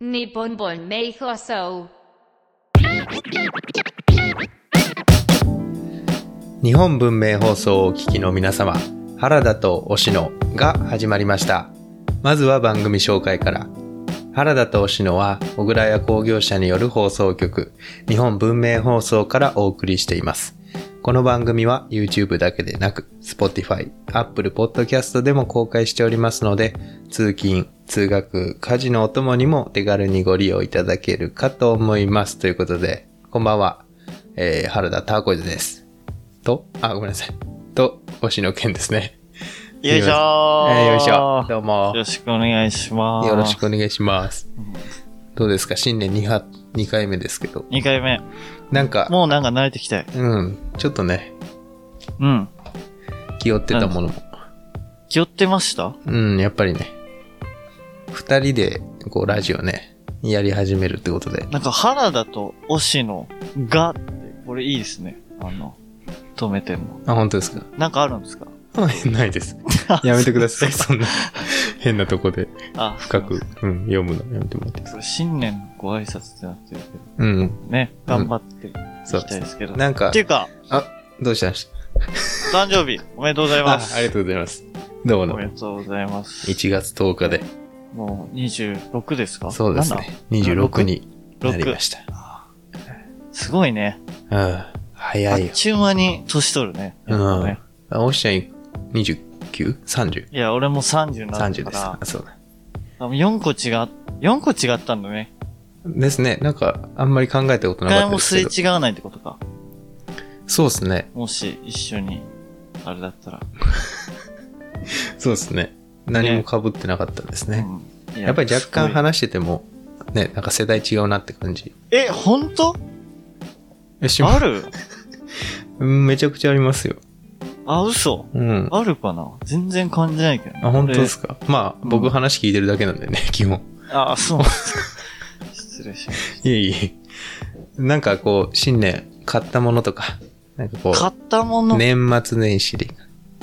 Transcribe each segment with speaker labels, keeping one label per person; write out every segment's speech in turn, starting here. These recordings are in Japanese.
Speaker 1: Mi bonbon me dijo so.
Speaker 2: 日本文明放送をお聞きの皆様原田と押野が始まりましたまずは番組紹介から原田と押野は小倉屋工業者による放送局日本文明放送からお送りしていますこの番組は YouTube だけでなく Spotify、Apple Podcast でも公開しておりますので通勤、通学、家事のお供にも手軽にご利用いただけるかと思いますということでこんばんは、えー原田ターコイズですと、あ、ごめんなさい。と、星野健ですね。
Speaker 3: よいしょ
Speaker 2: え
Speaker 3: ー
Speaker 2: ーよいしょ。どうも
Speaker 3: よ。ろしくお願いします。
Speaker 2: よろしくお願いします。どうですか新年 2, は2回目ですけど。
Speaker 3: 2回目。
Speaker 2: なんか、
Speaker 3: もうなんか慣れてきたよ。
Speaker 2: うん、ちょっとね、
Speaker 3: うん。
Speaker 2: 気負ってたものも。
Speaker 3: 気負ってました
Speaker 2: うん、やっぱりね。二人で、こう、ラジオね、やり始めるってことで。
Speaker 3: なんか原田と推しのがって、これいいですね。あの、止めてんの。
Speaker 2: あ、本当ですか
Speaker 3: なんかあるんですか
Speaker 2: ない です。やめてください。そんな、変なとこで
Speaker 3: あ、
Speaker 2: 深く、うん、読むのやめてもらっていいです
Speaker 3: そう。新年のご挨拶ってなってるけど、
Speaker 2: うん、
Speaker 3: ね、頑張ってい
Speaker 2: そう
Speaker 3: きたい
Speaker 2: で。
Speaker 3: ですすけど。
Speaker 2: なんか
Speaker 3: ってい、うか、
Speaker 2: どうしたんです
Speaker 3: 誕生日、おめでとうございま
Speaker 2: あ
Speaker 3: す。
Speaker 2: ありがとうございます。どうもど
Speaker 3: お
Speaker 2: う
Speaker 3: め
Speaker 2: も。
Speaker 3: でとうございます。
Speaker 2: 1月10日で、
Speaker 3: もう26ですか
Speaker 2: そうですね。26になりま
Speaker 3: 7 6。
Speaker 2: した。
Speaker 3: すごいね。
Speaker 2: うん。
Speaker 3: あ
Speaker 2: 早い
Speaker 3: っ
Speaker 2: よ。
Speaker 3: ちゅう間に年取るね。
Speaker 2: う
Speaker 3: やっぱ
Speaker 2: ん
Speaker 3: ね。
Speaker 2: あ、おっしゃい、29?30?30
Speaker 3: いや、俺も30になった
Speaker 2: です。
Speaker 3: か
Speaker 2: あそうだ。
Speaker 3: ら、4個違っ、4個違ったんだね。
Speaker 2: ですね。なんか、あんまり考えたこと
Speaker 3: 一
Speaker 2: なか
Speaker 3: 回
Speaker 2: ったで
Speaker 3: も
Speaker 2: す
Speaker 3: すれ
Speaker 2: けど。
Speaker 3: 違わないってことか。
Speaker 2: そうですね。
Speaker 3: もし一緒に、あれだったら。
Speaker 2: そうですね。何も被ってなかったですね。
Speaker 3: うんい
Speaker 2: やっぱり若干
Speaker 3: すごい
Speaker 2: 話してても、ね、なんか世代違うなって感じ。
Speaker 3: え、ほんと
Speaker 2: え、し
Speaker 3: あ
Speaker 2: ま
Speaker 3: る
Speaker 2: うんめちゃくちゃありますよ。
Speaker 3: あ、嘘。
Speaker 2: うん。
Speaker 3: あるかな全然感じないけどね。
Speaker 2: あ、本当ですすか。まあ、僕
Speaker 3: うん
Speaker 2: 話聞いてるだけなんでね、 基本。
Speaker 3: あ、そうなんですか。失礼しまし
Speaker 2: いえいえ。なんかこう、新年、買ったものとか、なんかこ
Speaker 3: た。買
Speaker 2: う、
Speaker 3: ったもの。
Speaker 2: 年末年始で、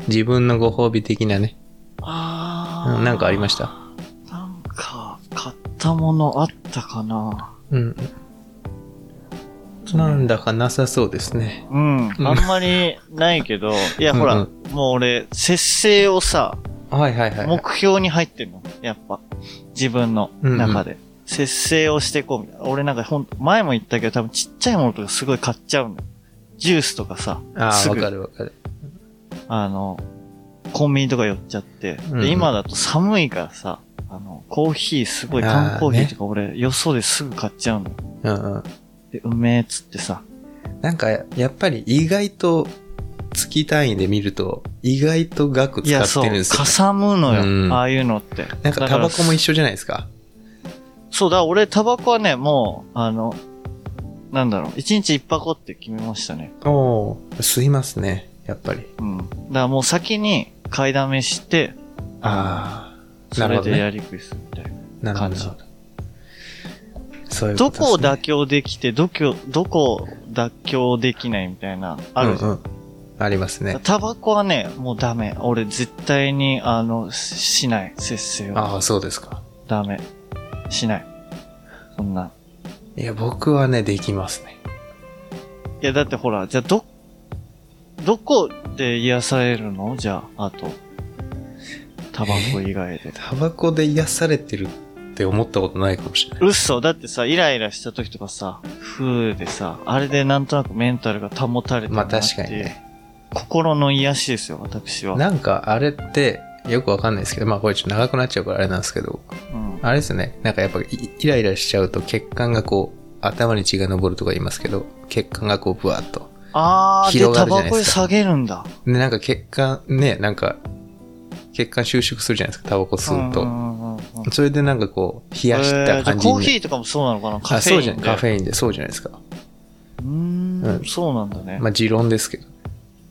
Speaker 2: 自分のご褒美的なね。
Speaker 3: あ
Speaker 2: う
Speaker 3: ー
Speaker 2: んなんかありました
Speaker 3: なんか、買ったものあったかな
Speaker 2: うん。なんだかなさそうですね。
Speaker 3: うん。あんまりないけど、いや、ほ
Speaker 2: う
Speaker 3: ら
Speaker 2: ん、
Speaker 3: もう俺、節制をさ、
Speaker 2: はいはいはいはい。
Speaker 3: 目標に入ってんの。やっぱ。自分の中で。節制をしていこうみたいな。俺なんかほん、前も言ったけど、多分ちっちゃいものとかすごい買っちゃうのよ。ジュースとかさ、
Speaker 2: ああ、
Speaker 3: す
Speaker 2: わ
Speaker 3: ぐ
Speaker 2: かるわかる。
Speaker 3: あの、コンビニとか寄っちゃって。
Speaker 2: うんうん
Speaker 3: で、今だと寒いからさ、あの、コーヒーすごい、缶コーヒーとか俺、よそですぐ買っちゃうのよ。
Speaker 2: うんうん。
Speaker 3: で、うめえっつってさ。
Speaker 2: なんか、やっぱり意外と、月単位で見ると、意外と額
Speaker 3: い
Speaker 2: 使
Speaker 3: や、
Speaker 2: って
Speaker 3: そ
Speaker 2: るん
Speaker 3: う、
Speaker 2: ですよ
Speaker 3: か。さむのよ。
Speaker 2: うん
Speaker 3: ああいうのって。
Speaker 2: なんか
Speaker 3: だ
Speaker 2: タ
Speaker 3: ら
Speaker 2: バコも一緒じゃないですか。
Speaker 3: そうだ、俺、タバコはね、もう、あの、なんだろう、一日一箱って決めましたね。
Speaker 2: おおー、吸いますね、やっぱり。
Speaker 3: うん。だからもう先に買いだめして、
Speaker 2: ああ、な
Speaker 3: そ
Speaker 2: る
Speaker 3: れ
Speaker 2: ほど
Speaker 3: で
Speaker 2: ね。
Speaker 3: やりくりするみたいな。
Speaker 2: なるほど
Speaker 3: 感じ
Speaker 2: なるほど。そういう
Speaker 3: ど
Speaker 2: こと
Speaker 3: こを
Speaker 2: ですね
Speaker 3: 妥協できて、どこ、どこを妥協できないみたいな、あるじゃん。
Speaker 2: うんうんありますね。
Speaker 3: タバコはね、もうダメ。俺絶対に、あの、ししない。節制を。
Speaker 2: ああ、そうですか。
Speaker 3: ダメ。しない。そんな。
Speaker 2: いや、僕はね、できますね。
Speaker 3: いや、だってほら、じゃあ、ど、どこで癒されるのじゃあ、あと。タバコ以外で。
Speaker 2: タバコで癒されてるって思ったことないかもしれない。
Speaker 3: 嘘だってさ、イライラした時とかさ、風でさ、あれでなんとなくメンタルが保たれてる
Speaker 2: ま
Speaker 3: な
Speaker 2: あ
Speaker 3: っていう
Speaker 2: 確かにね。
Speaker 3: 心の癒しですよ、私は。
Speaker 2: なんか、あれって、よくわかんないですけど、まあこれちょっと長くなっちゃうからあれなんですけど、
Speaker 3: うん。
Speaker 2: あれですね、なんかやっぱイイライラしちゃうと血管がこう、頭に血が上るとか言いますけど、血管がこう、ブワーっと。
Speaker 3: あー、で、
Speaker 2: 広が
Speaker 3: タ
Speaker 2: るじゃ
Speaker 3: バ
Speaker 2: ない
Speaker 3: コ
Speaker 2: で
Speaker 3: です
Speaker 2: か
Speaker 3: 下げるんだ。
Speaker 2: で、なんか血管、ね、なんか、血管収縮するじゃないですか、タバコ吸うと。
Speaker 3: うんうんうんうん
Speaker 2: それでなんかこう、冷
Speaker 3: え
Speaker 2: やした
Speaker 3: ーじゃあ
Speaker 2: 感じに。
Speaker 3: コーヒーとかもそうなのかなカ
Speaker 2: あ、
Speaker 3: フェイ
Speaker 2: そう
Speaker 3: ンで。
Speaker 2: じゃない、カフェインで、そうじゃないですか。
Speaker 3: うーん
Speaker 2: うん
Speaker 3: そうなんだね。
Speaker 2: まあ、持論ですけど。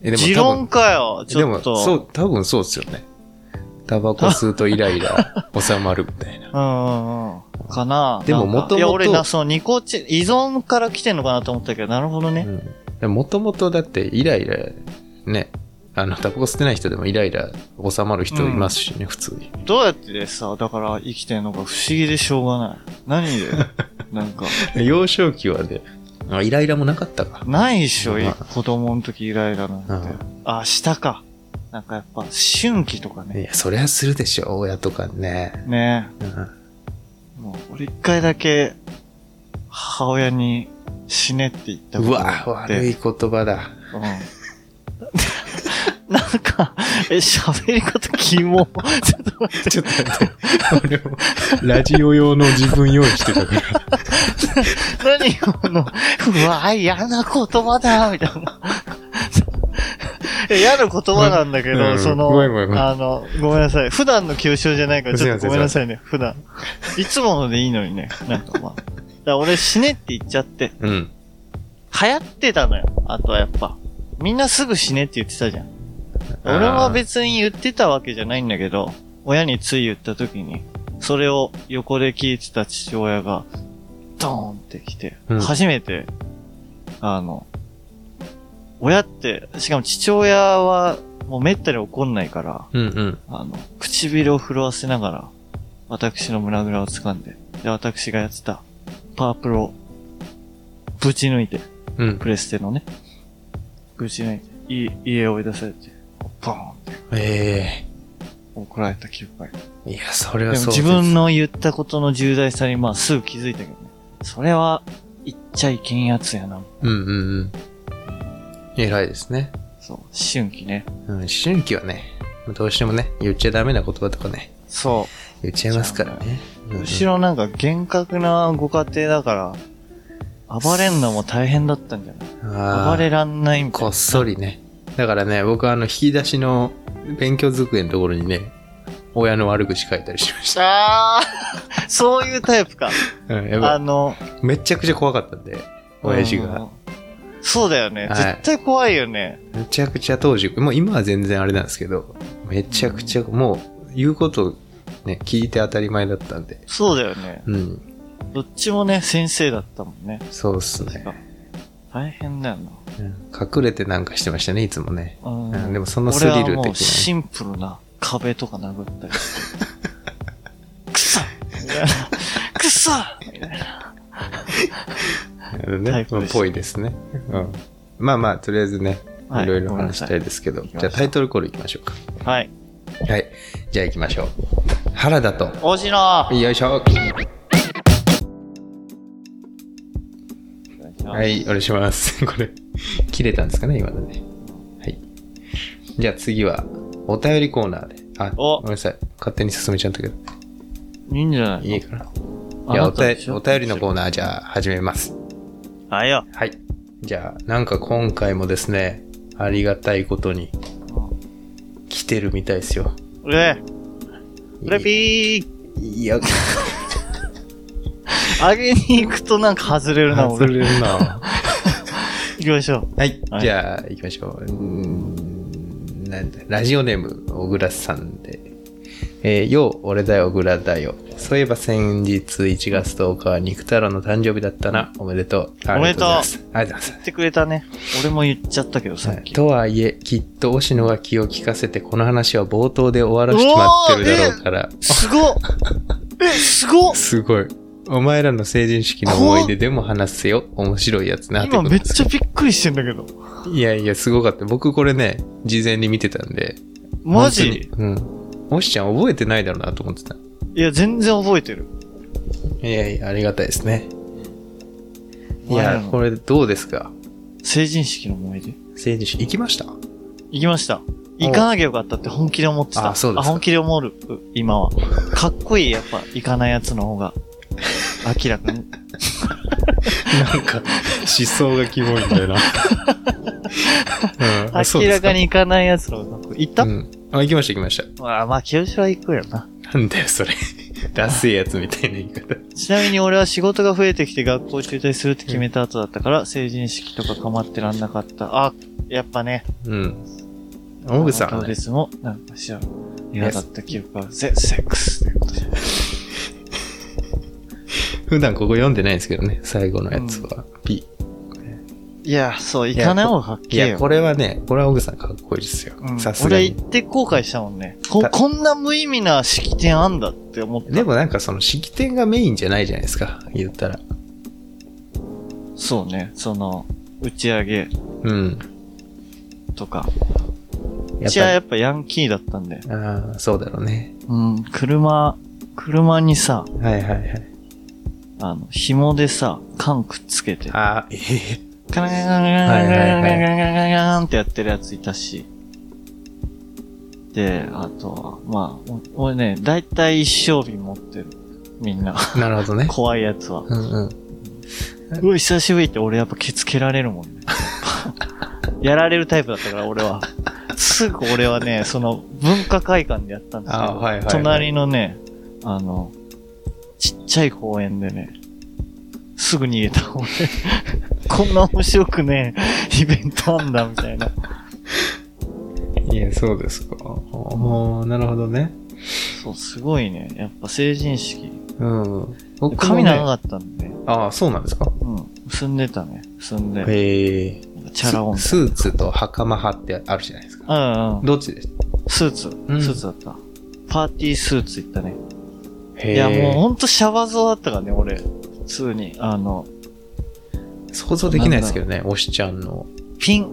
Speaker 2: え、
Speaker 3: 持
Speaker 2: 多
Speaker 3: 論
Speaker 2: 分
Speaker 3: かよ、ち
Speaker 2: で
Speaker 3: ょ
Speaker 2: も、
Speaker 3: っと。
Speaker 2: そう、多分そうですよね。タバコ吸うとイライ ラ収まるみたいな。
Speaker 3: うんうんうん。かな
Speaker 2: でも
Speaker 3: な
Speaker 2: 元
Speaker 3: んか
Speaker 2: 々
Speaker 3: いや、俺な、そのニコチン、依存から来てんのかなと思ったけど、なるほどね。
Speaker 2: うん。もともとだってイライラ、ね、あの、タバコ吸ってない人でもイライラ収まる人いますしね、普通に。
Speaker 3: どうやってでさ、だから生きてんのか不思議でしょうがない。何でなんか、
Speaker 2: 幼少期はね、あイライラもなかったか。
Speaker 3: ないでしょ、
Speaker 2: まあ
Speaker 3: 子供の時イライラなんて。
Speaker 2: うん
Speaker 3: あ、したか。なんかやっぱ、思春期とか
Speaker 2: い
Speaker 3: ね。
Speaker 2: や、そりゃするでしょ、親とかね。
Speaker 3: ね
Speaker 2: うん
Speaker 3: もう、俺一回だけ、母親に死ねって言った
Speaker 2: う
Speaker 3: こと
Speaker 2: わ、
Speaker 3: があって
Speaker 2: 悪い言葉だ。
Speaker 3: うん。 なんか、え、喋り方キモ。 ちょっと待って。
Speaker 2: ちょっと待って、俺もラジオ用の自分用意してたから。
Speaker 3: 何この、うわ、嫌な言葉だ、みたいな。 え嫌な言葉なんだけど、
Speaker 2: うん
Speaker 3: その、
Speaker 2: ごめんごめんごめん
Speaker 3: あの、ごめんなさい。普段の吸収じゃないから、ちょっ
Speaker 2: す
Speaker 3: と
Speaker 2: いません
Speaker 3: ごめんなさいね、普段。いつものでいいのにね、なんかまあ。だから俺死ねって言っちゃって、
Speaker 2: うん。
Speaker 3: 流行ってたのよ。あとはやっぱ。みんなすぐ死ねって言ってたじゃん。俺は別に言ってたわけじゃないんだけど、親につい言った時に、それを横で聞いてた父親が、ドーンって来て、
Speaker 2: うん
Speaker 3: 初めて、あの、親って、しかも父親はもうめったに怒んないから、
Speaker 2: うんうん。
Speaker 3: あの、唇を震わせながら、私の胸ぐらを掴んで、で、私がやってた、パープルを、ぶち抜いて、
Speaker 2: うん。
Speaker 3: プレステのね、ぶち抜いて、い家を追い出されて、ボーンって
Speaker 2: え
Speaker 3: 怒られた記憶がある。
Speaker 2: えいや、それ
Speaker 3: で
Speaker 2: は
Speaker 3: も
Speaker 2: そう
Speaker 3: 自分の言ったことの重大さに、まあすぐ気づいたけどね。それは、言っちゃいけんやつやな。
Speaker 2: うんうんうん。偉いですね。
Speaker 3: そう、思春期ね。
Speaker 2: うん、思春期はね、どうしてもね、言っちゃダメな言葉とかね、
Speaker 3: そ
Speaker 2: 言っちゃいますからね。
Speaker 3: う。
Speaker 2: うんうん
Speaker 3: 後ろなんか厳格なご家庭だから、暴れんのも大変だったんじゃない
Speaker 2: あー
Speaker 3: 暴れらんないみたい
Speaker 2: こっ
Speaker 3: な。
Speaker 2: そりね。だからね、僕はあの、引き出しの勉強机のところにね、親の悪口書いたりしまし
Speaker 3: あー そういうタイプか。
Speaker 2: た。うん、やっぱ、
Speaker 3: あの、
Speaker 2: めちゃくちゃ怖かったんで、親父
Speaker 3: う
Speaker 2: が
Speaker 3: ん。。そうだよね。
Speaker 2: はい
Speaker 3: 絶対怖いよね。
Speaker 2: めちゃくちゃ当時、もう今は全然あれなんですけど、めちゃくちゃ、もう、言うこと、ね、聞いて当たり前だったんで。
Speaker 3: そうだよね。
Speaker 2: うん、
Speaker 3: どっちもね、先生だったもんね。
Speaker 2: そうっす
Speaker 3: 確
Speaker 2: ね。
Speaker 3: か大変だよな。
Speaker 2: うん隠れてなんかしてましたね、いつもね。
Speaker 3: うん
Speaker 2: うんでもそのスリル的なね
Speaker 3: 俺はもうシンプルな壁とか殴ったりして。くそみたいなくそみたいな。
Speaker 2: うんね
Speaker 3: タイプです
Speaker 2: ぽいですね。うん。まあまあ、とりあえずね、
Speaker 3: はい
Speaker 2: いろいろ話したいですけど、
Speaker 3: ごめんな
Speaker 2: じ
Speaker 3: さ
Speaker 2: ゃ
Speaker 3: い
Speaker 2: あタイトルコールいきましょうか。
Speaker 3: はい。
Speaker 2: はい。じゃあ行きましょう。原田と。
Speaker 3: おじの
Speaker 2: よいしょ。はい、お願いします。 これ、切れたんですかね、今のね。はい。じゃあ次は、お便りコーナーで。あ、
Speaker 3: お
Speaker 2: ごめんなさい。勝手に進めちゃったけど。
Speaker 3: いいんじゃない
Speaker 2: いいかな。
Speaker 3: あ
Speaker 2: じゃあお
Speaker 3: なた
Speaker 2: 便
Speaker 3: でし
Speaker 2: り、
Speaker 3: ょ
Speaker 2: お便りのコーナー、じゃあ始めます。
Speaker 3: はいよ。
Speaker 2: はい。じゃあ、なんか今回もですね、ありがたいことに来てるみたいですよ。
Speaker 3: うれ、うれ
Speaker 2: い
Speaker 3: ぴー
Speaker 2: いや、
Speaker 3: 上げに行くとなんか外れるな、
Speaker 2: 外
Speaker 3: 俺。
Speaker 2: れるな。
Speaker 3: 行きましょう。
Speaker 2: はい、
Speaker 3: はい
Speaker 2: じゃあ、行きましょう。うーんなんだラジオネーム、小倉さんで。えーよう、俺だよ、小倉だよ。そういえば先日1月10日は肉太郎の誕生日だったな。おめでとう。あ
Speaker 3: おめ
Speaker 2: ありがご
Speaker 3: でとう
Speaker 2: ざいますありがとうございます。
Speaker 3: 言ってくれたね。俺も言っちゃったけど、さっき。
Speaker 2: とはいえ、きっと押野が気を利かせて、この話は冒頭で終わらせてまってるだろうから、
Speaker 3: すごっ え、すごっ
Speaker 2: すごい。お前らの成人式の思い出でも話せよ。面白いやつなってこ
Speaker 3: 今
Speaker 2: と
Speaker 3: め
Speaker 2: で
Speaker 3: っちゃびっくりしてんだけど。
Speaker 2: いやいや、すごかった。僕これね、事前に見てたんで。
Speaker 3: マジ
Speaker 2: 本当にうん。おしちゃん覚えてないだろうなと思ってた。
Speaker 3: いや、全然覚えてる。
Speaker 2: いやいや、ありがたいですね。い
Speaker 3: お前ら
Speaker 2: や、
Speaker 3: の
Speaker 2: これどうですか
Speaker 3: 成人式の思い出。
Speaker 2: 成人式行きました
Speaker 3: 行きました。行かなきゃよかったって本気で思ってた。
Speaker 2: あそうですか
Speaker 3: 本気で思う、今は。かっこいい、やっぱ、行かないやつの 方が。明らかに。
Speaker 2: なんか、 思想がキモいんだよな。うん、あそう
Speaker 3: 明
Speaker 2: で
Speaker 3: ら
Speaker 2: す
Speaker 3: かに行かないやつの方がかっこいい。行った、
Speaker 2: うん。あ、行きました行きました。
Speaker 3: まあ、まあ、清志は行くよな。
Speaker 2: なんだよ、それ。 ダセえやつみたいな言い方。
Speaker 3: ちなみに俺は仕事が増えてきて学校中退するって決めた後だったから、成人式とか構ってらんなかった。あ、やっぱね。
Speaker 2: うん。オグさん
Speaker 3: 当
Speaker 2: はね、
Speaker 3: 日も、なんかしら、嫌だった記憶があるぜ、セックスということで。
Speaker 2: 普段ここ読んでないんですけどね、最後のやつは。P。
Speaker 3: いや、そう、行かない方がかっ
Speaker 2: い
Speaker 3: けえ
Speaker 2: や、
Speaker 3: よ。
Speaker 2: これはね、これは奥さんかっこいいですよ
Speaker 3: うん。
Speaker 2: さすが
Speaker 3: 俺
Speaker 2: に
Speaker 3: 行。って後悔したもんね。こ
Speaker 2: た
Speaker 3: こんな無意味な式典あんだって思った。
Speaker 2: でもなんかその式典がメインじゃないじゃないですか、言ったら。
Speaker 3: そうね、その、打ち上げ
Speaker 2: うん。
Speaker 3: とか。う
Speaker 2: やっ
Speaker 3: ちは
Speaker 2: ぱ
Speaker 3: やっぱヤンキーだったんで。
Speaker 2: り、ああ、そうだろうね。
Speaker 3: うん、車、車にさ、
Speaker 2: はいはいはい。
Speaker 3: あの、紐でさ、缶くっつけて、
Speaker 2: ああ、ええ
Speaker 3: カランカランカランカランカランカランカランってやってるやついたし。で、あとは、まあ、お俺ね、だいたい一生日持ってる。みんな。
Speaker 2: なるほどね。
Speaker 3: 怖いやつは。
Speaker 2: うんうん。
Speaker 3: うわ、久しぶりって俺やっぱケツ蹴られる もんね。やられるタイプだったから俺は。すぐ俺はね、その文化会館でやったんですけ
Speaker 2: あ
Speaker 3: ど、
Speaker 2: はいはいはい
Speaker 3: 隣のね、あの、ちっちゃい公園でね、すぐ逃げた 俺。こんな面白くね、イベントあんだみたいな。
Speaker 2: いや、そうですか。おーなるほどね。
Speaker 3: そう、すごいね。やっぱ成人式。
Speaker 2: うん。僕も
Speaker 3: 髪
Speaker 2: ね
Speaker 3: 長かったんで、ね、
Speaker 2: ああ、そうなんですか。
Speaker 3: うん。結んでたね。結んで。
Speaker 2: へえ。
Speaker 3: チャラ男。
Speaker 2: ススーツと袴派ってあるじゃないですか。
Speaker 3: うんうん。
Speaker 2: どっちです
Speaker 3: スーツ、
Speaker 2: ん
Speaker 3: スーツだった。パーティースーツ行ったね。
Speaker 2: へ
Speaker 3: いや、もうほんとシャワゾーだったからね、俺。普通に。あの、
Speaker 2: 想像できないですけどね、おしちゃんの。
Speaker 3: ピン、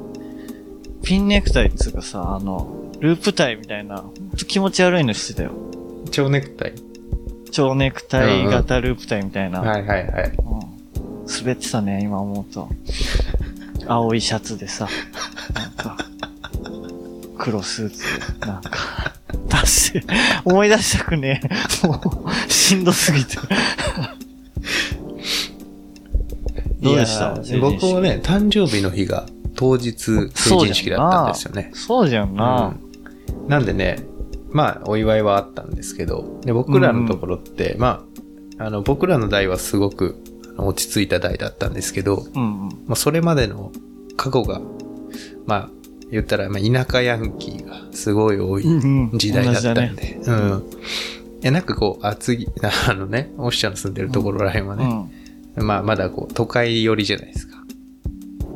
Speaker 3: ピンネクタイっつうかさ、あの、ループタイみたいな、ほんと気持ち悪いのしてたよ。
Speaker 2: 蝶ネクタイ。
Speaker 3: 蝶ネクタイ型ループタイみたいな。
Speaker 2: はいはいはい。
Speaker 3: うん。滑ってたね、今思うと。青いシャツでさ、なんか、黒スーツで、なんか、出して、思い出したくねえ、もう、しんどすぎて。どうでした
Speaker 2: いや
Speaker 3: 成人式
Speaker 2: 僕もね、誕生日の日が当日成人式だったんですよね。
Speaker 3: そうじゃんな。
Speaker 2: うんなんでね、まあ、お祝いはあったんですけど、で僕らのところって、まあ、あの、僕らの代はすごくあの落ち着いた代だったんですけど、
Speaker 3: うんうん。
Speaker 2: まあ、それまでの過去が、まあ、言ったら、まあ、田舎ヤンキーがすごい多い
Speaker 3: うんうん
Speaker 2: 時代だったんで、
Speaker 3: 同
Speaker 2: うん。いや、なんかこう、厚木、 あのね、おっしゃの住んでるところらへんは
Speaker 3: う
Speaker 2: ね、
Speaker 3: ん。
Speaker 2: まあ、まだこう、都会寄りじゃないですか。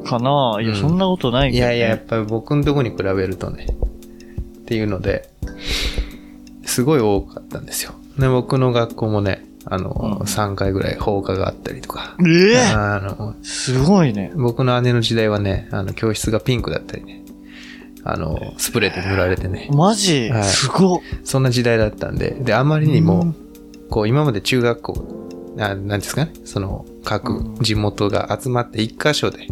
Speaker 3: かなあいうや、
Speaker 2: ん
Speaker 3: そんなことない
Speaker 2: い
Speaker 3: けど
Speaker 2: や
Speaker 3: ね。
Speaker 2: いや、やっぱり僕のとこに比べるとね、っていうので、すごい多かったんですよ。で、僕の学校もね、あの、
Speaker 3: うん
Speaker 2: 3回ぐらい放課があったりとか、
Speaker 3: ええ
Speaker 2: あの、
Speaker 3: すごいね。
Speaker 2: 僕の姉の時代はね、あの、教室がピンクだったりね、あの、スプレーで塗られてね、
Speaker 3: マジ、
Speaker 2: はい
Speaker 3: すごっ。
Speaker 2: そんな時代だったんで、で、あまりに
Speaker 3: う
Speaker 2: も
Speaker 3: ん、
Speaker 2: こう、今まで中学校、ななんですかね、その、各
Speaker 3: うん
Speaker 2: 地元が集まって一箇所で、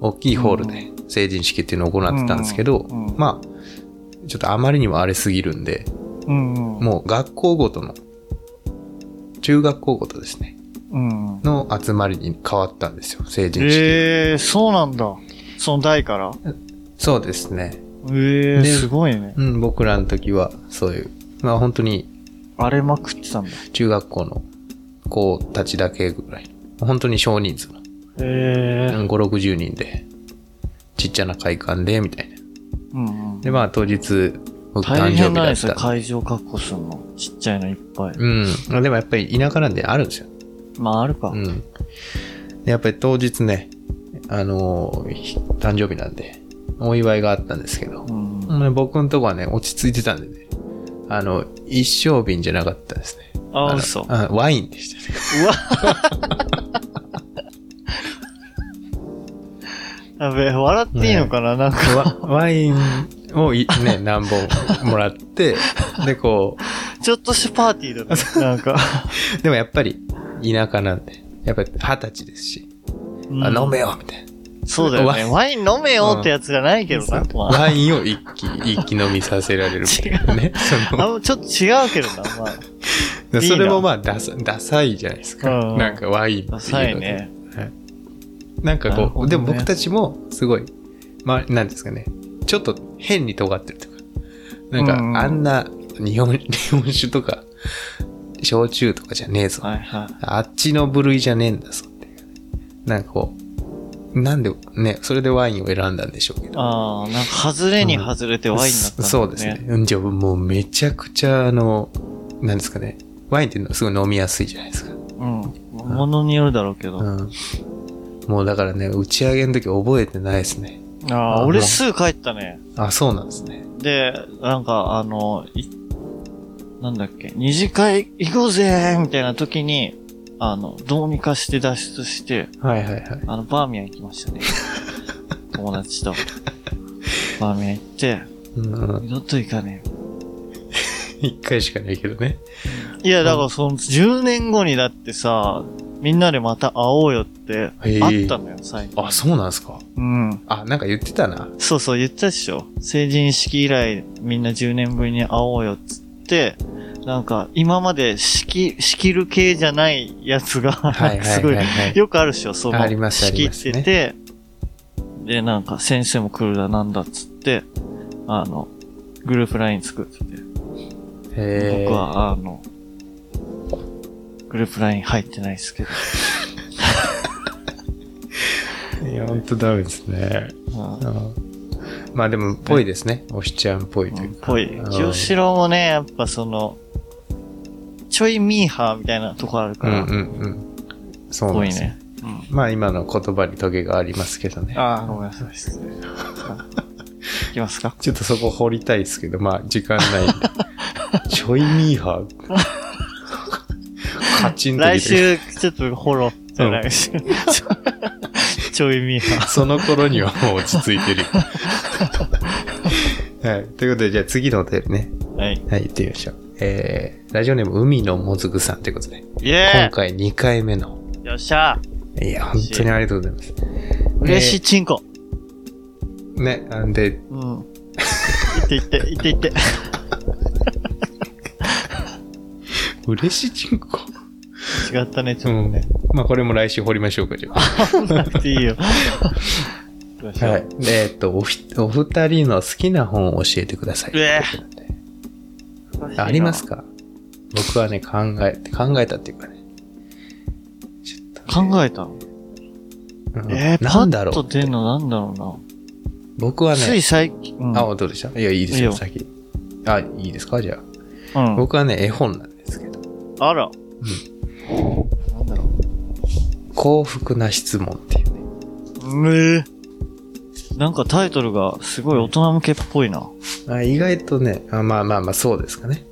Speaker 2: 大きいホールで成人式っていうのを行ってたんですけど、
Speaker 3: うんうん
Speaker 2: まあ、ちょっとあまりにも荒れすぎるんで、
Speaker 3: うんうん。
Speaker 2: もう学校ごとの、中学校ごとですね、
Speaker 3: うんうん。
Speaker 2: の集まりに変わったんですよ、成人式。
Speaker 3: ええそうなんだ。その代から
Speaker 2: そうですね。
Speaker 3: ええ
Speaker 2: です
Speaker 3: ごいね。
Speaker 2: うん、僕らの時はそういう、まあ本当に
Speaker 3: 荒れまくってたんだ。
Speaker 2: 中学校の子たちだけぐらい、本当に少人数の、
Speaker 3: え
Speaker 2: うん、5、60人で、ちっちゃな会館で、みたいな。
Speaker 3: うんうん。
Speaker 2: で、まあ当日、僕誕
Speaker 3: 大
Speaker 2: 生
Speaker 3: 変
Speaker 2: 日
Speaker 3: なん
Speaker 2: だ
Speaker 3: で
Speaker 2: っ
Speaker 3: すよ、
Speaker 2: た。
Speaker 3: 会場確保するの。ちっちゃいのいっぱい。
Speaker 2: うん。でもやっぱり田舎なんであるんですよ。
Speaker 3: まあ、あるか。
Speaker 2: うん。で、やっぱり当日ね、あのーひ誕生日なんで、お祝いがあったんですけど
Speaker 3: う、ん。
Speaker 2: まあ僕のとこはね、落ち着いてたんでね、あの、一升瓶じゃなかったですね。
Speaker 3: あ、
Speaker 2: の
Speaker 3: 嘘。うわ
Speaker 2: あワインでしたね。
Speaker 3: やべえ、笑っていいのかな、なんか。
Speaker 2: ワワインをいね、何本もらって、で、こ
Speaker 3: ちょっとしたパーティーだね。なん か。
Speaker 2: う、でもやっぱり田舎なんで、やっぱり二十歳ですし、
Speaker 3: うん
Speaker 2: あ飲めよみたいな。
Speaker 3: そうだよね。ワイン飲めよってやつじゃないけどな。まあ
Speaker 2: ワインを一気、一気飲みさせられるみたいなね。 そ
Speaker 3: あ
Speaker 2: の
Speaker 3: んまちょっと違うけどな、まあ。
Speaker 2: で
Speaker 3: いいな
Speaker 2: それもまあダサ、ダサいじゃないですか。
Speaker 3: うん
Speaker 2: なんかワインっていうの
Speaker 3: ダサいね。
Speaker 2: はいなんか
Speaker 3: なる
Speaker 2: こ
Speaker 3: ほ
Speaker 2: う、
Speaker 3: どね
Speaker 2: でも僕たちもすごい、まあ、なんですかね、ちょっと変に尖ってるとか、なんか
Speaker 3: うん
Speaker 2: あんな日本 日本酒とか、焼酎とかじゃねえぞ。
Speaker 3: はいはい。
Speaker 2: あっちの部類じゃねえんだぞっていうね。なんかこう、なんでね、それでワインを選んだんでしょうけど。
Speaker 3: ああ、なんか、外れに外れてワインになったんだ、ね
Speaker 2: そうですね。。うんじゃあもうめちゃくちゃあの、なんですかね。ワインってすごい飲みやすいじゃないですか。
Speaker 3: うん。ものによるだろうけど。
Speaker 2: うん。もうだからね、打ち上げの時覚えてないですね。
Speaker 3: ああ、俺すぐ帰ったね。
Speaker 2: あ、そうなんですね。
Speaker 3: で、なんか、あの、いなんだっけ、二次会行こうぜーみたいな時に、あの、どうにかして脱出して、
Speaker 2: はいはいはい。
Speaker 3: あの、バーミヤン行きま したね。友達と。バーミヤン行って、
Speaker 2: うん、
Speaker 3: 二度と行かね
Speaker 2: 一回しかないけどね。
Speaker 3: え。いや、だからその、10年後にだってさ、みんなでまた会おうよって、
Speaker 2: へえ
Speaker 3: 会ったのよ、最後。
Speaker 2: あ、そうなんですか。
Speaker 3: うん。
Speaker 2: あ、なんか言ってた な。
Speaker 3: そうそう、言ったでしょ。成人式以来、みんな10年ぶりに会おうよっつって、なんか、今まで仕切、仕切る系じゃないやつが、
Speaker 2: はいはいはい、はい。
Speaker 3: すごい、よくあるでしょ、その、
Speaker 2: ありますあ
Speaker 3: 仕
Speaker 2: り
Speaker 3: 切
Speaker 2: ます
Speaker 3: ってて、で、なんか、先生も来るだなんだっつって、あの、グループライン作ってて、
Speaker 2: へー
Speaker 3: 僕は、あの、グループライン入ってないですけど、
Speaker 2: いや、ほんとダメですね。
Speaker 3: うん
Speaker 2: うんまあでも、ぽいですね。おしちゃんぽいというか。
Speaker 3: ぽい。清志郎もね、やっぱその、ちょいミーハーみたいなとこある
Speaker 2: う
Speaker 3: か
Speaker 2: んう
Speaker 3: ら、
Speaker 2: んうん。そうなん
Speaker 3: ぽい
Speaker 2: ですね。
Speaker 3: ね。うん。
Speaker 2: まあ今の言葉にトゲがありますけどね。
Speaker 3: ああ、ごめんなさい。失礼。いきますか。
Speaker 2: ちょっとそこ掘りたいですけど、まあ時間 ないんで。ちょいミーハー。カチンと
Speaker 3: 来
Speaker 2: きて
Speaker 3: 週、ちょっとフォロー。じゃあ来週。 ちょいミーハ
Speaker 2: その頃にはもう落ち着い てるよ。はい。ということで、じゃあ次のお便りね。
Speaker 3: ー。はい。
Speaker 2: はい、行ってみましょう。えー、ラジオネーム、海のもずくさんということで、
Speaker 3: イ
Speaker 2: 今
Speaker 3: ェー
Speaker 2: 回2回目の、
Speaker 3: イよっしゃ
Speaker 2: いや、本当にありがとうございます。
Speaker 3: 嬉しいチンコ。
Speaker 2: ね、なんで、
Speaker 3: うん。いっていって、いっていって。
Speaker 2: 嬉しいチンコ。
Speaker 3: 違ったね、ち
Speaker 2: う
Speaker 3: ょっと
Speaker 2: ん
Speaker 3: ね。。
Speaker 2: まあ、これも来週掘りましょうか、じゃあ。
Speaker 3: なくていいよ。よっしゃ
Speaker 2: はい。でえっと、おひ、お二人の好きな本を教えてください。
Speaker 3: うえ
Speaker 2: ありますか僕はね、考えて、考えたっていうかね。ちょっとね、
Speaker 3: 考えたの
Speaker 2: うん
Speaker 3: えー、
Speaker 2: なんだろ
Speaker 3: パッ
Speaker 2: う
Speaker 3: と。出んのなんだろ
Speaker 2: 僕
Speaker 3: うな。
Speaker 2: は
Speaker 3: つい
Speaker 2: ね、
Speaker 3: 最近。うん
Speaker 2: あ、どうでしたいや、いいですよ、
Speaker 3: いいよ
Speaker 2: 先。あ、いいですかじゃあ。
Speaker 3: うん。
Speaker 2: 僕はね、絵本なんですけど。
Speaker 3: あら。なんだろ
Speaker 2: 幸福な質問っていうね。
Speaker 3: う。ねえ。なんかタイトルがすごい大人向けっぽいな。う
Speaker 2: あ意外とねあ、まあまあまあそうですかね。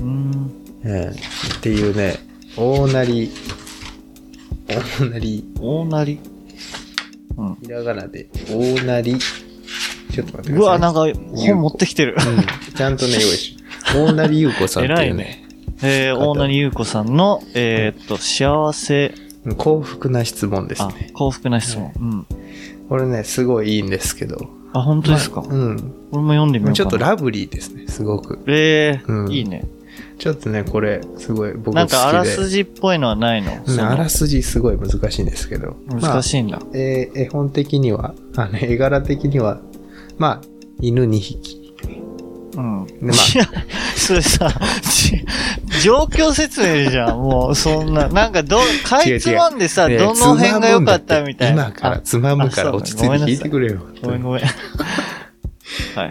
Speaker 3: ーん。
Speaker 2: えーっていうね、大なり、大なり、
Speaker 3: 大なり。うん。
Speaker 2: ひらがなで、大なり、ちょっと待って
Speaker 3: う
Speaker 2: ください、ね。
Speaker 3: わ、なんか本持ってき てる。
Speaker 2: うん、ちゃんとね、用意し。大なりゆうこさんってい
Speaker 3: 偉
Speaker 2: う
Speaker 3: い
Speaker 2: ね、
Speaker 3: えー、大なりゆうこさんの、えーっと、幸せ、
Speaker 2: 幸福な質問です
Speaker 3: あ
Speaker 2: ね。、
Speaker 3: 幸福な質問。うん。
Speaker 2: これね、すごいいいんですけど。
Speaker 3: あ、本当ですか。
Speaker 2: ま
Speaker 3: 俺
Speaker 2: あ
Speaker 3: も
Speaker 2: うん。
Speaker 3: 読んでみようかな。
Speaker 2: ちょっとラブリーですね、すごく。
Speaker 3: えー
Speaker 2: うん
Speaker 3: いいね。
Speaker 2: ちょっとね、これ、すごい僕好きで。
Speaker 3: なんかあらすじっぽいのはないの
Speaker 2: うん
Speaker 3: その
Speaker 2: あらすじすごい難しいんですけど。まあ
Speaker 3: 難しいんだ。
Speaker 2: えー絵本的には、あの、絵柄的には、まあ、犬2匹。
Speaker 3: うん。
Speaker 2: まあ
Speaker 3: いや、 それさ、ち状況説明じゃん、もう、そんな。なんか、ど、か
Speaker 2: 違う違う
Speaker 3: いつまんでさ、
Speaker 2: で
Speaker 3: どの辺が良かったみたいな。
Speaker 2: つまむんだって今から、つまむか
Speaker 3: あ
Speaker 2: ら
Speaker 3: そう
Speaker 2: 落ち着いて聞いてくれよ。
Speaker 3: あごめん ごめん。はい。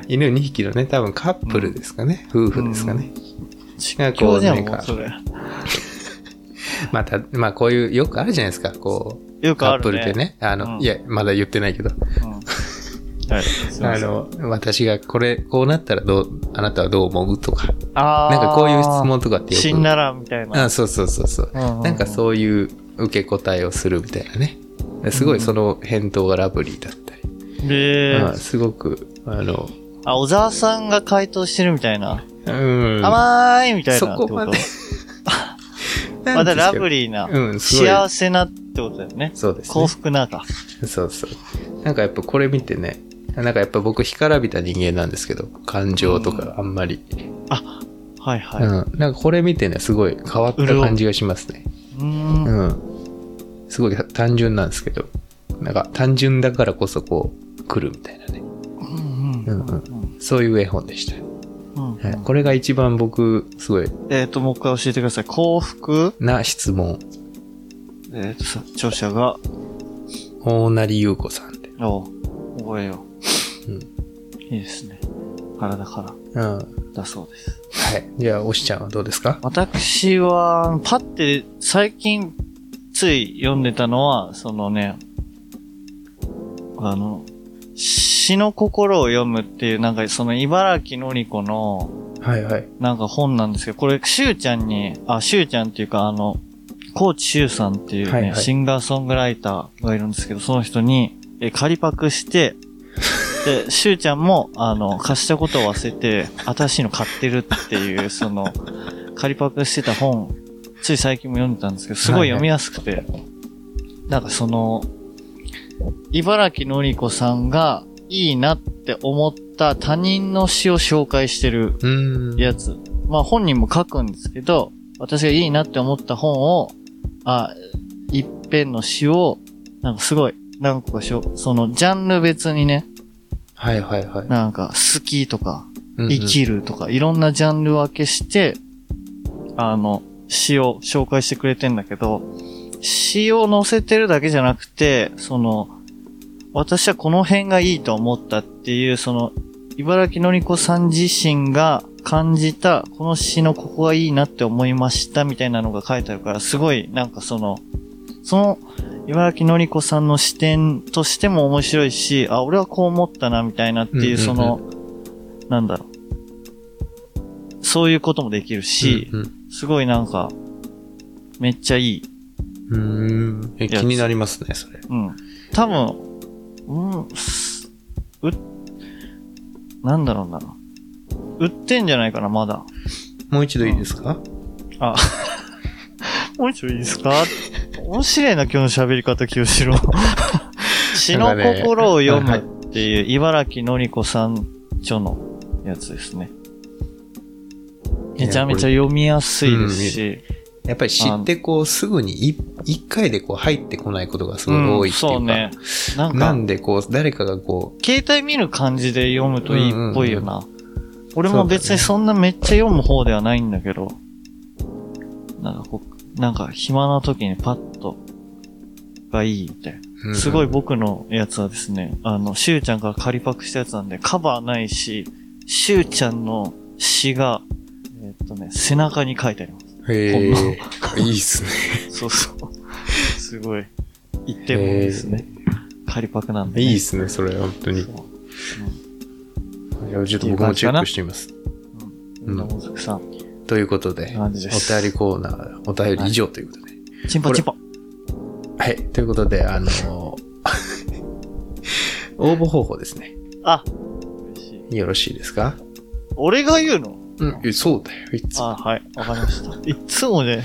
Speaker 2: 犬2匹のね、多分カップルですかね。夫婦ですかね。
Speaker 3: 実
Speaker 2: なんかこ
Speaker 3: 況
Speaker 2: う
Speaker 3: じ
Speaker 2: な
Speaker 3: ゃ
Speaker 2: ん
Speaker 3: ん、も
Speaker 2: か
Speaker 3: う、それ。
Speaker 2: まあ、た、まあ、こういう、よくあるじゃないですか。こう、
Speaker 3: よく
Speaker 2: カ
Speaker 3: あ
Speaker 2: ップ
Speaker 3: る
Speaker 2: ル
Speaker 3: ね。
Speaker 2: でね。あの、
Speaker 3: うん
Speaker 2: いや、まだ言ってないけど。
Speaker 3: うん。はい。すいま
Speaker 2: あ
Speaker 3: せん
Speaker 2: の、私がこれ、こうなったらどう、あなたはどう思うとか。
Speaker 3: あー
Speaker 2: なんかこういう質。問とかってよく。
Speaker 3: 死んだら、みたいな。
Speaker 2: あ、そうそうそうそう。なんか
Speaker 3: う。
Speaker 2: そういう受け答えをするみたいなね。すごいその返答がラブリーだったり。
Speaker 3: で、
Speaker 2: うんすごく、あの、
Speaker 3: あ、小沢さんが回答してるみたいな。
Speaker 2: うん。
Speaker 3: 甘ーいみたい
Speaker 2: そ
Speaker 3: な。
Speaker 2: こまで。
Speaker 3: まだラブ
Speaker 2: リ
Speaker 3: リーな。
Speaker 2: うん、すごい。
Speaker 3: 幸せなってことだよね。
Speaker 2: そうです、
Speaker 3: 幸
Speaker 2: ね。
Speaker 3: 福なか。
Speaker 2: そうそう。なんかやっぱこれ見てね、なんかやっぱ僕干からびた人間なんですけど、感情とかあんまり。
Speaker 3: はいは
Speaker 2: う。
Speaker 3: い。うん
Speaker 2: なんかこれ見てね、すごい変わった感じがしますね。
Speaker 3: ー。
Speaker 2: うんん。すごい単純なんですけど、なんか単純だからこそこう、来るみたいなね。
Speaker 3: うんうんうん
Speaker 2: そういう絵本でした。
Speaker 3: うん
Speaker 2: はい、これが一番僕、すごい
Speaker 3: えっと、もう一回教えてください。幸福
Speaker 2: な質問。
Speaker 3: えっとさ、著者が、
Speaker 2: 大成優子さんで。
Speaker 3: お覚えよう。
Speaker 2: うん
Speaker 3: いいですね。体から
Speaker 2: うん。はい。
Speaker 3: だそうです。
Speaker 2: じゃあ、おしちゃんはどうですか
Speaker 3: 私は、パって最近つい読んでたのは、そのね、あの、詩の心を読むっていう、なんかその茨城のり子の、
Speaker 2: はいはい。
Speaker 3: なんか本なんですけど、これ、しゅうちゃんに、あ、しゅうちゃんっていうか、あの、コーチしゅうさんっていうね、
Speaker 2: はいはい
Speaker 3: シンガーソングライターがいるんですけど、その人に、え、仮パクして、で、しゅうちゃんも、あの、貸したことを忘れて、新しいの買ってるっていう、その、仮パクしてた本、つい最近も読んでたんですけど、すごい読みやすくて、なんかその、茨城のりこさんがいいなって思った他人の詩を紹介してる
Speaker 2: うーん。
Speaker 3: やつ。まあ本人も書くんですけど、私がいいなって思った本を、あ、一編の詩を、なんかすごい、何個かしょ、そのジャンル別にね、
Speaker 2: はいはいはい。
Speaker 3: なんか好きとか、
Speaker 2: うんうん
Speaker 3: 生きるとか、いろんなジャンル分けして、あの、詩を紹介してくれてんだけど、詩を載せてるだけじゃなくて、その、私はこの辺がいいと思ったっていう、その、茨城のりこさん自身が感じた、この詩のここがいいなって思いましたみたいなのが書いてあるから、すごい、なんかその、その、茨城のりこさんの視点としても面白いし、あ、俺はこう思ったなみたいなって
Speaker 2: うんうん
Speaker 3: いうう、
Speaker 2: ん
Speaker 3: その、なんだろう。そういうこともできるし、
Speaker 2: うんうん
Speaker 3: すごいなんか、めっちゃいい。
Speaker 2: うーん。え
Speaker 3: やつ
Speaker 2: 気になりますね、それ。
Speaker 3: うん。多分、うん、すう、なんだろうな。売ってんじゃないかな、まだ。
Speaker 2: もう一度いいですか
Speaker 3: もう一度いいですか面白いな、今日の喋り方、清志 郎。詩の心を読むっていう、茨城のりこさん著のやつですね。めちゃめちゃ読みやすいですし。
Speaker 2: やっぱり知ってこう、すぐにい一回でこう入ってこないことがすごい多いっていうか。
Speaker 3: うんそうね。なんか、
Speaker 2: なんでこう、誰かがこ
Speaker 3: 携帯見る感じで読むといいっぽいよな。俺も別にそんなめっちゃ読む方ではないんだけど、なんかこう、なんか暇な時にパッと、がいいみたいな。
Speaker 2: う、うん
Speaker 3: すごい僕のやつはですね、あの、しゅうちゃんから借りパクしたやつなんで、カバーないし、しゅうちゃんの詩が、えーっとね、背中に書いてありま
Speaker 2: へ
Speaker 3: こ
Speaker 2: え、いいっすね。
Speaker 3: す。そうそう。すごい。一点もですね。借りパクなんで、ね。
Speaker 2: いいっ
Speaker 3: す
Speaker 2: すね、それ、本当に。じゃあちょっと僕もチェックしてみます。
Speaker 3: うん。うん。野崎さん。
Speaker 2: ということで、お
Speaker 3: 感じです
Speaker 2: 便りコーナー、お便り以上ということで。
Speaker 3: チンポチンポ。
Speaker 2: はい、ということで、あの、 応募方法ですね。
Speaker 3: あ、
Speaker 2: よろしいですか
Speaker 3: 俺が言うの
Speaker 2: うん、えそうだよ、いつも。
Speaker 3: あ、はい。わかりました。 いつもで、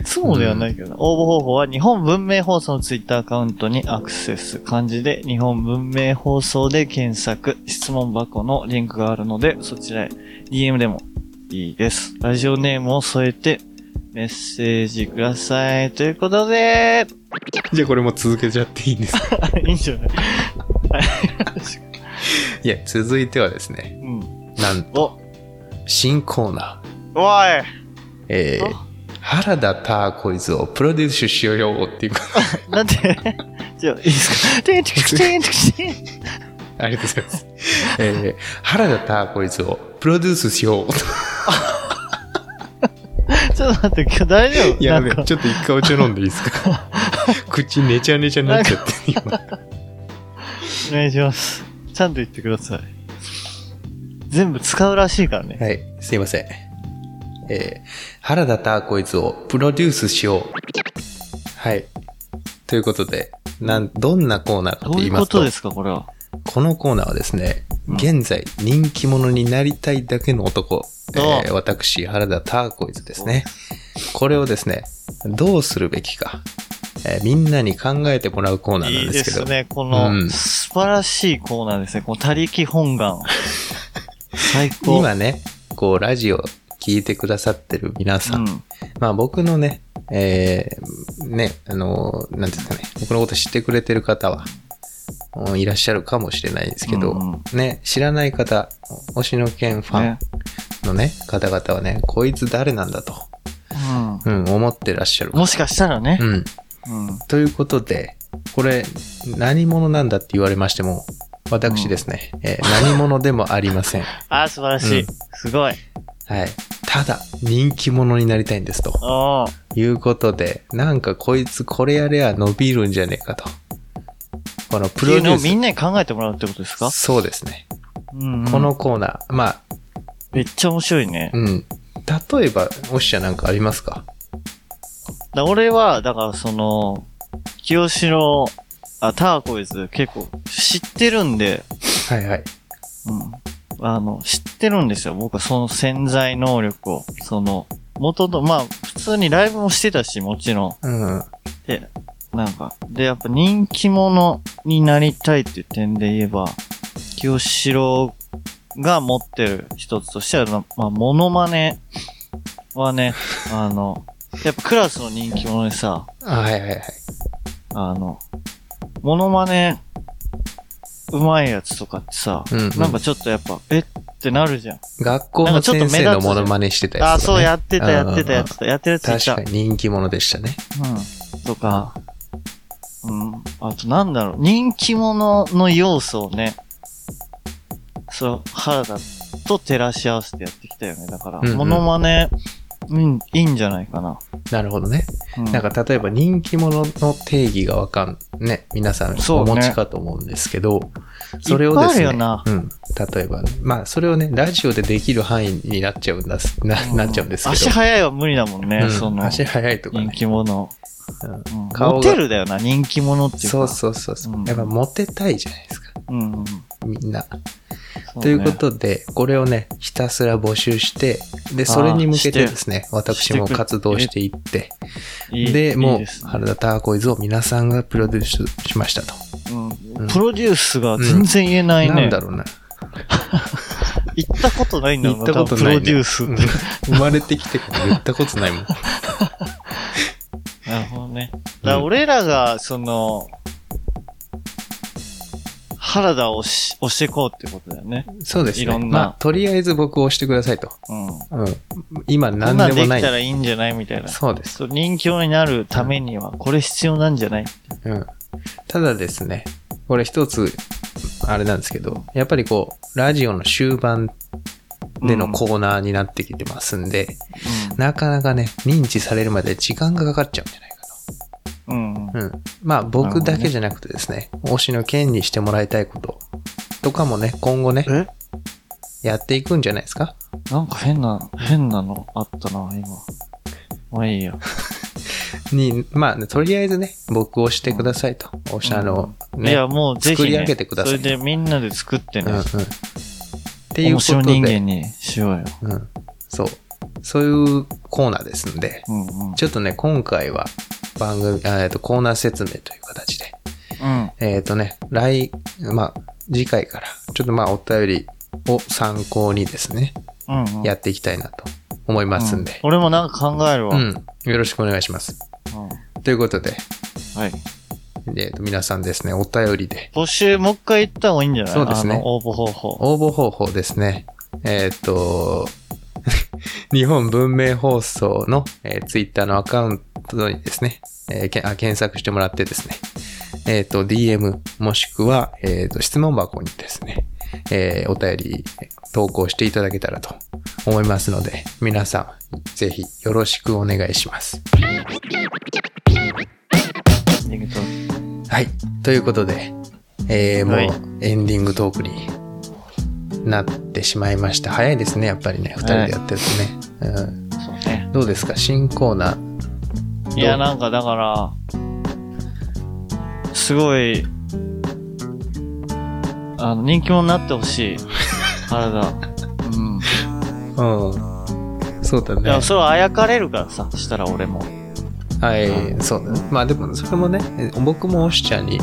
Speaker 3: いつもではないけどな、応募方法は日本文明放送のツイッターアカウントにアクセス、漢字で日本文明放送で検索、質問箱のリンクがあるので、そちらへ DM でもいいです。ラジオネームを添えて、メッセージください。ということで、
Speaker 2: じゃあこれも続けちゃっていいんですか
Speaker 3: いいんじゃない
Speaker 2: いや、続いてはですね、
Speaker 3: うん。
Speaker 2: なんと、
Speaker 3: お、
Speaker 2: 新コーナ
Speaker 3: おい
Speaker 2: ー、えー
Speaker 3: あ
Speaker 2: 原田ターコイズをプロデュースしようよっていうか、
Speaker 3: なん て、じゃあ、いいですかてんてくてんてくてん
Speaker 2: ありがとうございます。えー、原田ターコイズをプロデュースしよう。
Speaker 3: ちょっと待って、今日大丈夫
Speaker 2: や
Speaker 3: な
Speaker 2: べ
Speaker 3: んか、
Speaker 2: ちょっと一回お茶飲んでいいです か口ねちゃねちゃになっちゃって、今。
Speaker 3: お願いします。ちゃんと言ってください。全部使うらしいからね。
Speaker 2: はい、すいません。えー、原田ターコイズをプロデュースしよう。はい。ということで、なん、どんなコーナーか
Speaker 3: ど
Speaker 2: と
Speaker 3: う
Speaker 2: 言
Speaker 3: い
Speaker 2: いうま
Speaker 3: こ
Speaker 2: すと、
Speaker 3: とですか、これは。
Speaker 2: このコーナーはですね、
Speaker 3: うん
Speaker 2: 現在人気者になりたいだけの男、えー
Speaker 3: お
Speaker 2: 私、原田ターコイズですね。これをですね、どうするべきか、えーみんなに考えてもらうコーナー
Speaker 3: い
Speaker 2: ないんで
Speaker 3: です
Speaker 2: けど、
Speaker 3: すね。こ
Speaker 2: うん
Speaker 3: の、素晴らしいコーナーですね。この、他力 本願。最高。
Speaker 2: 今ね、こう、ラジオ聞いてくださってる皆さ、
Speaker 3: うんん。
Speaker 2: まあ僕のね、えーね、あのー、なんていうんですかね、僕のこと知ってくれてる方は、うんいらっしゃるかもしれないですけど、
Speaker 3: うんうん
Speaker 2: ね、知らない方、星野県ファン
Speaker 3: ね。
Speaker 2: のね、方々はね、こいつ誰なんだと、
Speaker 3: う
Speaker 2: うん、思ってらっしゃる
Speaker 3: ん。。もしかしたらね
Speaker 2: う。ん。
Speaker 3: うん。
Speaker 2: ということで、これ、何者なんだって言われましても、私ですね、え ー何者でもありません。
Speaker 3: あー、素晴らし
Speaker 2: う
Speaker 3: い。すごい。
Speaker 2: はい。ただ、人気者になりたいんですと。
Speaker 3: おー
Speaker 2: いうことで、なんかこいつこれやれば伸びるんじゃねえかと。このプ
Speaker 3: ってい
Speaker 2: ロ
Speaker 3: う
Speaker 2: デ
Speaker 3: の
Speaker 2: ュ
Speaker 3: をみ
Speaker 2: ー
Speaker 3: んなに考えてもらうってことですか
Speaker 2: ス。そうですね。
Speaker 3: うん、
Speaker 2: この、コーナー。まあ、
Speaker 3: めっちゃ面白いね。
Speaker 2: うん。例えば、おっしゃなんかありますか
Speaker 3: だ俺は、だからその、清志郎、あ、ターコイズ結構知ってるんで、
Speaker 2: はいはい。
Speaker 3: うん。あの、知ってるんですよ。僕はその潜在能力を。その、元と、まあ、普通にライブもしてたし、もちろん。
Speaker 2: うん。は
Speaker 3: で、なんか、で、やっぱ人気者になりたいっていう点で言えば、清志郎が持ってる一つとしては、まあ、モノマネはね、あの、やっぱクラスの人気者でさ、
Speaker 2: いはいはい。
Speaker 3: あの、モノマネ、うまいやつとかってさ、
Speaker 2: うんうん
Speaker 3: なんかちょっとやっぱ、えってなるじゃん。
Speaker 2: 学校の先生のモノマネしてた
Speaker 3: あ
Speaker 2: や
Speaker 3: あ、
Speaker 2: つと
Speaker 3: そ
Speaker 2: か
Speaker 3: う、
Speaker 2: ね、
Speaker 3: やってた、やってた、やってた、やってるやついた。
Speaker 2: 確かに人気者でしたね。
Speaker 3: うん。とか、うん。あと、なんだろう、人気者の要素をね、そう、原田と照らし合わせてやってきたよね。だから、
Speaker 2: うんうん
Speaker 3: モノマネ、うん、いいんじゃないかな。
Speaker 2: なるほどね。
Speaker 3: うん、
Speaker 2: なんか例えば人気者の定義がわかん、ね、皆さん
Speaker 3: そ
Speaker 2: お
Speaker 3: うね
Speaker 2: 持ちかと思うんですけど、それをです
Speaker 3: い
Speaker 2: ね、
Speaker 3: っぱいあるよな
Speaker 2: うん、例えば、まあそれをね、ラジオでできる範囲になっちゃうんだす、な
Speaker 3: うん
Speaker 2: なっちゃうんですけど。
Speaker 3: 足早いは無理だもんね、
Speaker 2: うん
Speaker 3: その、
Speaker 2: 足早いとか
Speaker 3: 人
Speaker 2: ね。
Speaker 3: 気者。
Speaker 2: うん
Speaker 3: うん、
Speaker 2: 顔が
Speaker 3: モテるだよな、人気者っていうか。
Speaker 2: そうそうそうそう、
Speaker 3: うん
Speaker 2: やっぱモテたいじゃないですか、
Speaker 3: う。うん、うん。
Speaker 2: みんな。
Speaker 3: そね
Speaker 2: ということで、これをね、ひたすら募集して、で、それに向けてですね、私も
Speaker 3: してく
Speaker 2: 活動していって、
Speaker 3: いい
Speaker 2: で、
Speaker 3: いい
Speaker 2: も
Speaker 3: す
Speaker 2: う、
Speaker 3: ね
Speaker 2: 原田ターコイズを皆さんがプロデュースしましたと。
Speaker 3: う
Speaker 2: うん
Speaker 3: ん、プロデュースが全然言えないね。
Speaker 2: なんだろうな。
Speaker 3: 行ったことないんだ
Speaker 2: 言
Speaker 3: ろう
Speaker 2: ったことない、ね。
Speaker 3: 多分プロデュース。
Speaker 2: うん生まれてきてから言ったことないもん。
Speaker 3: なるほどね。だから俺らが、その、原田を押し、押してこうってことだよね。
Speaker 2: そうですね。
Speaker 3: いろんな
Speaker 2: まあ、とりあえず僕を押してくださいと。
Speaker 3: うん。
Speaker 2: うん。今
Speaker 3: こ
Speaker 2: 何
Speaker 3: んなん
Speaker 2: で
Speaker 3: で
Speaker 2: も
Speaker 3: き
Speaker 2: ない。
Speaker 3: たらいいんじゃないみたいな。
Speaker 2: そうです。
Speaker 3: そう人気者になるためには、これ必要なんじゃない
Speaker 2: うん。ただですね、これ一つ、あれなんですけど、やっぱりこう、ラジオの終盤でのコーナーになってきてますんで、なかなかね、認知されるまで時間がかかっちゃうんじゃないか
Speaker 3: うん。うん。
Speaker 2: な。うん。まあ僕だけじゃなくてですね、推しの件にしてもらいたいこととかもね、今後ね、
Speaker 3: え
Speaker 2: やっていくんじゃないですか
Speaker 3: なんか変な、変なのあったな、今。まあいいや。
Speaker 2: に、まあ、とりあえずね、僕を押してくださいと。押し、あの、ね。
Speaker 3: いや、もうぜひ、ね。
Speaker 2: 作り上げてください
Speaker 3: それでみんなで作って
Speaker 2: う
Speaker 3: ね。
Speaker 2: んうん。っていう
Speaker 3: 面
Speaker 2: こと
Speaker 3: 白
Speaker 2: で。
Speaker 3: 人間にしようよ。
Speaker 2: うん。そう。そういうコーナーですので、
Speaker 3: うんうん。
Speaker 2: ちょっとね、今回は番組、あえっと、コーナー説明という形で、
Speaker 3: うん。
Speaker 2: えっ、とね、来、まあ、次回から、ちょっとまあ、お便りを参考にですね、
Speaker 3: うん、うん。
Speaker 2: やっていきたいなと思いますんで、
Speaker 3: 俺もなんか考える
Speaker 2: う
Speaker 3: わ。
Speaker 2: ん、よろしくお願いします。
Speaker 3: うん
Speaker 2: ということで、
Speaker 3: はい。
Speaker 2: えっ、と、皆さんですね、お便りで、
Speaker 3: 募集、もう一回言った方がいいんじゃない
Speaker 2: そうですね
Speaker 3: あの応募方法。
Speaker 2: 応募方法ですね。えーっと、 日本文明放送の、えツイッター Twitter のアカウントにですね、えーけあ検索してもらってですね、えーっと、DM もしくは、えーっと、質問箱にですね、えーお便り投稿していただけたらと思いますので、皆さん、ぜひよろしくお願いします。
Speaker 3: エンディングトー
Speaker 2: はい。ということで、えーもう
Speaker 3: はい
Speaker 2: エンディングトークになってしまいました。早いですね、やっぱりね、2人でやってるとね。うん、
Speaker 3: クそうね。
Speaker 2: どうですか、新コーナー。
Speaker 3: いや、なんかだから、すごい、あの、人気者になって ほしい。原田。うん。
Speaker 2: うん。そうだ
Speaker 3: いや、
Speaker 2: ね。
Speaker 3: それはあやかれるからさ、したら俺も。
Speaker 2: はい、そうだね。まあでも、それもね、僕もおしちゃんに、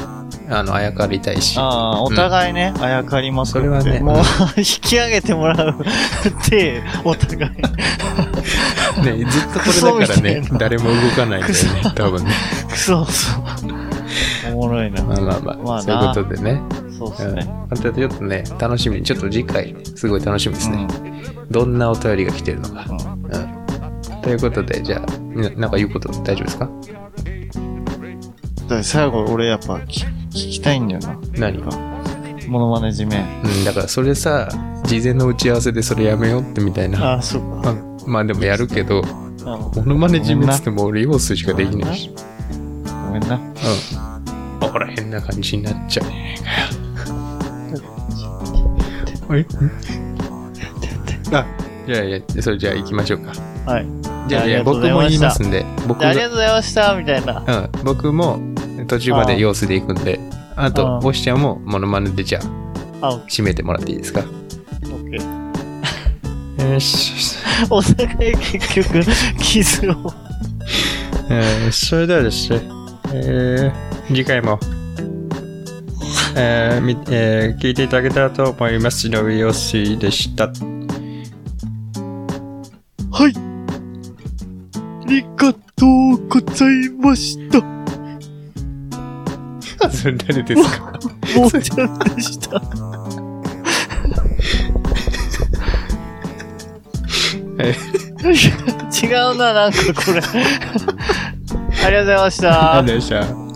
Speaker 2: あの、あやかりたいし。
Speaker 3: ああ、お互いね、あやかります
Speaker 2: それはね
Speaker 3: もう
Speaker 2: うん、
Speaker 3: 引き上げてもらうって、お互い。
Speaker 2: ね、ずっとこれだからね
Speaker 3: クソみたい、な
Speaker 2: 誰も動かないんだよね、多分ね。
Speaker 3: くそ、そう。おもろいな。
Speaker 2: まあまあまあ、
Speaker 3: まあな
Speaker 2: そういうことでね。
Speaker 3: そうっ
Speaker 2: う
Speaker 3: す
Speaker 2: ん。
Speaker 3: ね。
Speaker 2: またちょっとね、楽しみに、ちょっと次回、すごい楽しみですね。どんなお便りが来てるのか。
Speaker 3: うん。
Speaker 2: うんということで、じゃあ、みんななんか言うこと大丈夫ですか
Speaker 3: だから最後俺やっぱ聞聞きたいんだよな。
Speaker 2: 何
Speaker 3: かモノマネ地面。
Speaker 2: うん、だからそれさ、事前の打ち合わせでそれやめようってみたいな。
Speaker 3: ああ、そっ
Speaker 2: ま
Speaker 3: か。
Speaker 2: あまあでもやるけど、
Speaker 3: うん
Speaker 2: モノマネ人物ってもう俺要素しかできないし。
Speaker 3: ごめんな。
Speaker 2: うあほら変な感じになっちゃう ねえかよあじゃあいやそれじゃあ行きましょうか
Speaker 3: はい。
Speaker 2: じゃあ
Speaker 3: あ
Speaker 2: い
Speaker 3: り
Speaker 2: や
Speaker 3: がとう
Speaker 2: 僕
Speaker 3: ござい
Speaker 2: も
Speaker 3: ま
Speaker 2: 言い
Speaker 3: した
Speaker 2: ますんで僕
Speaker 3: であ
Speaker 2: が
Speaker 3: りがとうございました、みたいな。
Speaker 2: うん、僕も途中まで様子で行くんであ
Speaker 3: あ
Speaker 2: と
Speaker 3: あ
Speaker 2: おしちゃんもモノマネでじゃあ
Speaker 3: あ、オッ
Speaker 2: 締めてもらっていいですか
Speaker 3: ケー。
Speaker 2: よし
Speaker 3: お互い結局、傷を。
Speaker 2: えーそれではですね、えー次回も、えーみえー聞いていただけたらと思います。井上陽水でした。
Speaker 3: はい。ありがとうございま した。
Speaker 2: それ誰ですか
Speaker 3: もうちゃんでした。違うな、なんかこれ。ありがとうございました
Speaker 2: あ。でした。